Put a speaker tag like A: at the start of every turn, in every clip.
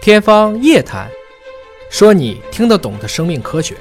A: 天方夜谭，说你听得懂的生命科学。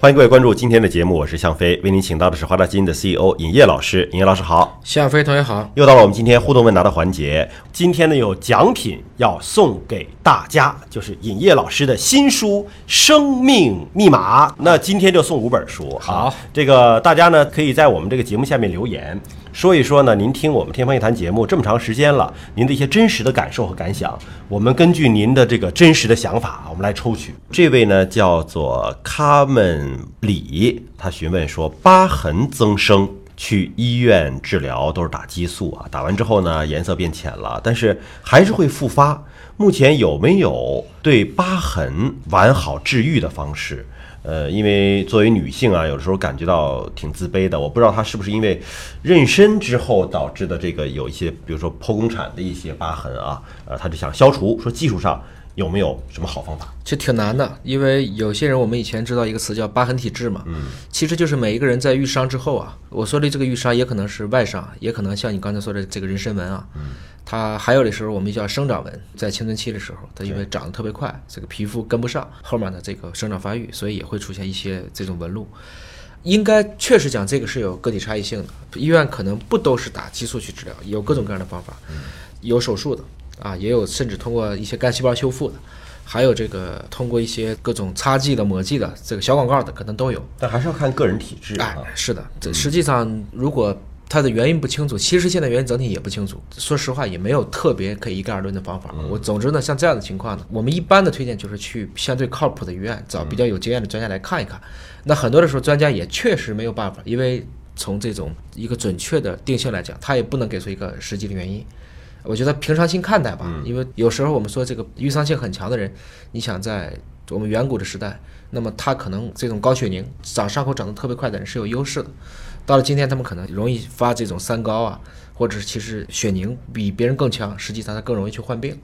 B: 欢迎各位关注今天的节目，我是向飞，为您请到的是华大基因的 CEO 尹烨老师。尹烨老师好，
A: 向飞同学好，
B: 又到了我们今天互动问答的环节。今天呢有奖品要送给大家，就是尹烨老师的新书《生命密码》。那今天就送五本书。
A: 好，
B: 这个大家呢可以在我们这个节目下面留言，说一说呢您听我们天方夜谭节目这么长时间了，您的一些真实的感受和感想。我们根据您的这个真实的想法，我们来抽取。这位呢叫做卡门里，他询问说疤痕增生。去医院治疗都是打激素啊，打完之后呢，颜色变浅了，但是还是会复发。目前有没有对疤痕完好治愈的方式？呃，因为作为女性啊，有的时候感觉到挺自卑的。我不知道她是不是因为妊娠之后导致的这个有一些，比如说剖宫产的一些疤痕啊，呃，她就想消除。说技术上有没有什么好方法？
A: 这挺难的，因为有些人我们以前知道一个词叫疤痕体质嘛，嗯，其实就是每一个人在遇伤之后啊，我说的这个遇伤也可能是外伤，也可能像你刚才说的这个人参纹啊，嗯，它还有的时候我们叫生长纹，在青春期的时候，它因为长得特别快，这个皮肤跟不上后面的这个生长发育，所以也会出现一些这种纹路。应该确实讲，这个是有个体差异性的。医院可能不都是打激素去治疗，有各种各样的方法，有手术的啊，也有甚至通过一些干细胞修复的，还有这个通过一些各种擦剂的、抹剂的、这个小广告的，可能都有。
B: 但还是要看个人体质
A: 哎
B: 啊。，
A: 是的，这实际上如果它的原因不清楚，其实现在原因整体也不清楚。说实话，也没有特别可以一概而论的方法。
B: 嗯
A: 我总之呢，像这样的情况呢，我们一般的推荐就是去相对靠谱的医院找
B: 嗯
A: 比较有经验的专家来看一看。那很多的时候，专家也确实没有办法，因为从这种一个准确的定性来讲，他也不能给出一个实际的原因。我觉得平常心看待吧，因为有时候我们说这个预伤性很强的人，你想在我们远古的时代，那么他可能这种高血凝长伤口长得特别快的人是有优势的。到了今天，他们可能容易发这种三高啊，或者是其实血凝比别人更强，实际上他更容易去患病。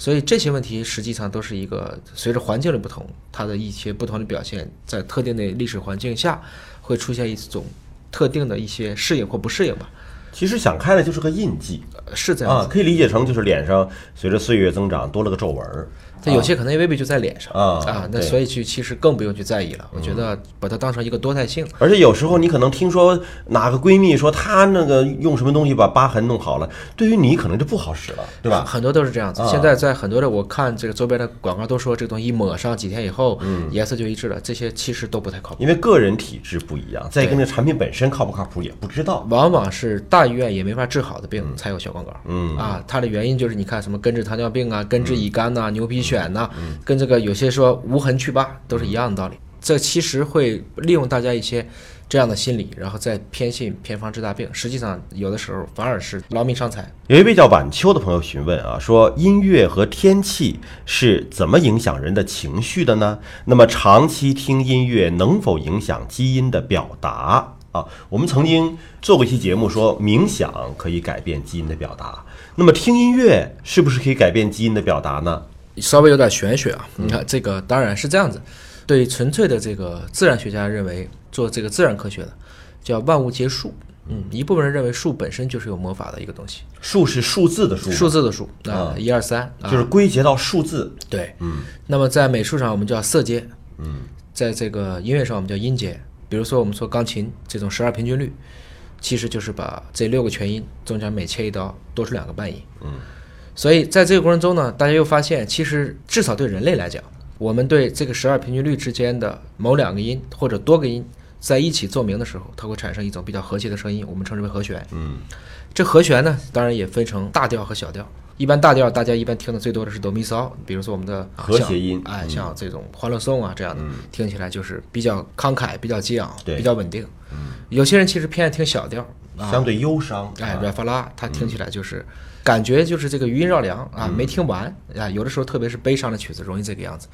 A: 所以这些问题实际上都是一个随着环境的不同，它的一些不同的表现，在特定的历史环境下会出现一种特定的一些适应或不适应吧，
B: 其实想开了就是个印记
A: 呃是这样子
B: 啊，可以理解成就是脸上随着岁月增长多了个皱纹儿。
A: 它有些可能也未必就在脸上
B: 啊
A: 那
B: 对嗯
A: 所以去其实更不用去在意了。我觉得把它当成一个多态性，
B: 而且有时候你可能听说哪个闺蜜说她那个用什么东西把疤痕弄好了，对于你可能就不好使了，对吧？啊
A: 很多都是这样子。现在在很多的我看这个周边的广告都说，这个东西一抹上几天以后，
B: 嗯
A: 颜色就一致了，这些其实都不太靠谱。
B: 因为个人体质不一样，再一个那产品本身靠不靠谱也不知道。
A: 往往是大医院也没法治好的病才有小广告，嗯啊，它的原因就是你看什么根治糖尿病啊、根治乙肝呐、牛皮癣呐、跟这个有些说无痕去疤都是一样的道理。这其实会利用大家一些这样的心理，然后再偏信偏方治大病，实际上有的时候反而是劳民伤财。
B: 有一位叫晚秋的朋友询问啊，说音乐和天气是怎么影响人的情绪的呢？那么长期听音乐能否影响基因的表达啊？我们曾经做过一期节目，说冥想可以改变基因的表达，那么听音乐是不是可以改变基因的表达呢？
A: 稍微有点玄学啊。你看这个，当然是这样子。对纯粹的这个自然学家认为，做这个自然科学的叫万物皆数。嗯，一部分人认为数本身就是有魔法的一个东西，
B: 数是数字的数，
A: 数字的数啊，一二三啊，
B: 就是归结到数字。
A: 对，嗯。那么在美术上我们叫色阶，嗯，在这个音乐上我们叫音阶。比如说我们说钢琴这种十二平均律，其实就是把这六个全音中间每切一刀多出两个半音，嗯。所以在这个过程中呢，大家又发现，其实至少对人类来讲，我们对这个十二平均律之间的某两个音或者多个音在一起奏鸣的时候，它会产生一种比较和谐的声音，我们称之为和弦。嗯，这和弦呢，当然也分成大调和小调。一般大调大家一般听的最多的是哆咪嗦，比如说我们的
B: 和
A: 像
B: 谐音
A: 哎，像这种《欢乐颂》啊这样的，听起来就是比较慷慨、比较激昂、
B: 嗯对嗯啊
A: 比较稳定。有些人其实偏爱听小调，
B: 相对忧伤，
A: 啊哎，软发拉，它听起
B: 嗯
A: 来就是、感觉就是这个余音绕梁啊，没听完啊。有的时候，特别是悲伤的曲子，容易这个样子。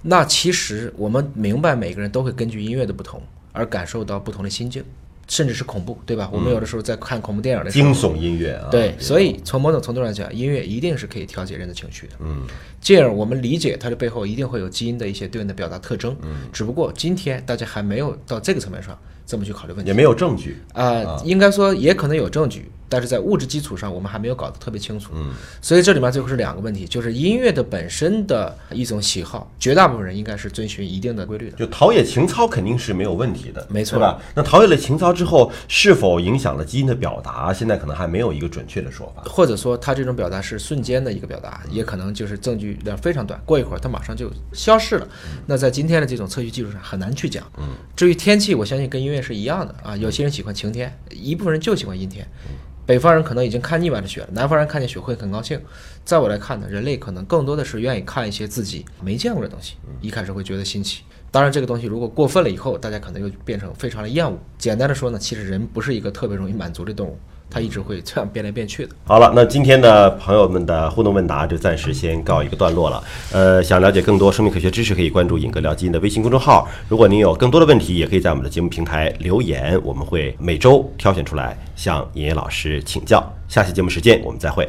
A: 那其实我们明白，每个人都会根据音乐的不同而感受到不同的心境，甚至是恐怖，对吧？我们有的时候在看恐怖电影的时候，
B: 嗯惊悚音乐啊。
A: 对，所以从某种程度上讲，音乐一定是可以调节人的情绪的。嗯，进而我们理解它的背后一定会有基因的一些对应的表达特征。嗯，只不过今天大家还没有到这个层面上这么去考虑问题。啊
B: 也没有证据。
A: 呃，应该说也可能有证据，但是在物质基础上，我们还没有搞得特别清楚。嗯，所以这里面最后是两个问题，就是音乐的本身的一种喜好，绝大部分人应该是遵循一定的规律的。
B: 就陶冶情操肯定是没有问题的，
A: 没错
B: 对吧？那陶冶了情操之后，是否影响了基因的表达，现在可能还没有一个准确的说法。
A: 或者说他这种表达是瞬间的一个表达，也可能就是证据量非常短，过一会儿它马上就消失了。那在今天的这种测序技术上很难去讲。至于天气，我相信跟音乐是一样的啊，有些人喜欢晴天，一部分人就喜欢阴天。北方人可能已经看腻歪了雪了，南方人看见雪会很高兴。在我来看呢，人类可能更多的是愿意看一些自己没见过的东西，一开始会觉得新奇。当然，这个东西如果过分了以后，大家可能又变成非常的厌恶。简单的说呢，其实人不是一个特别容易满足的动物，它一直会这样变来变去的。
B: 好了，那今天的朋友们的互动问答就暂时先告一个段落了。呃，想了解更多生命科学知识，可以关注“尹哥聊基因”的微信公众号。如果您有更多的问题，也可以在我们的节目平台留言，我们会每周挑选出来向尹烨老师请教。下期节目时间我们再会。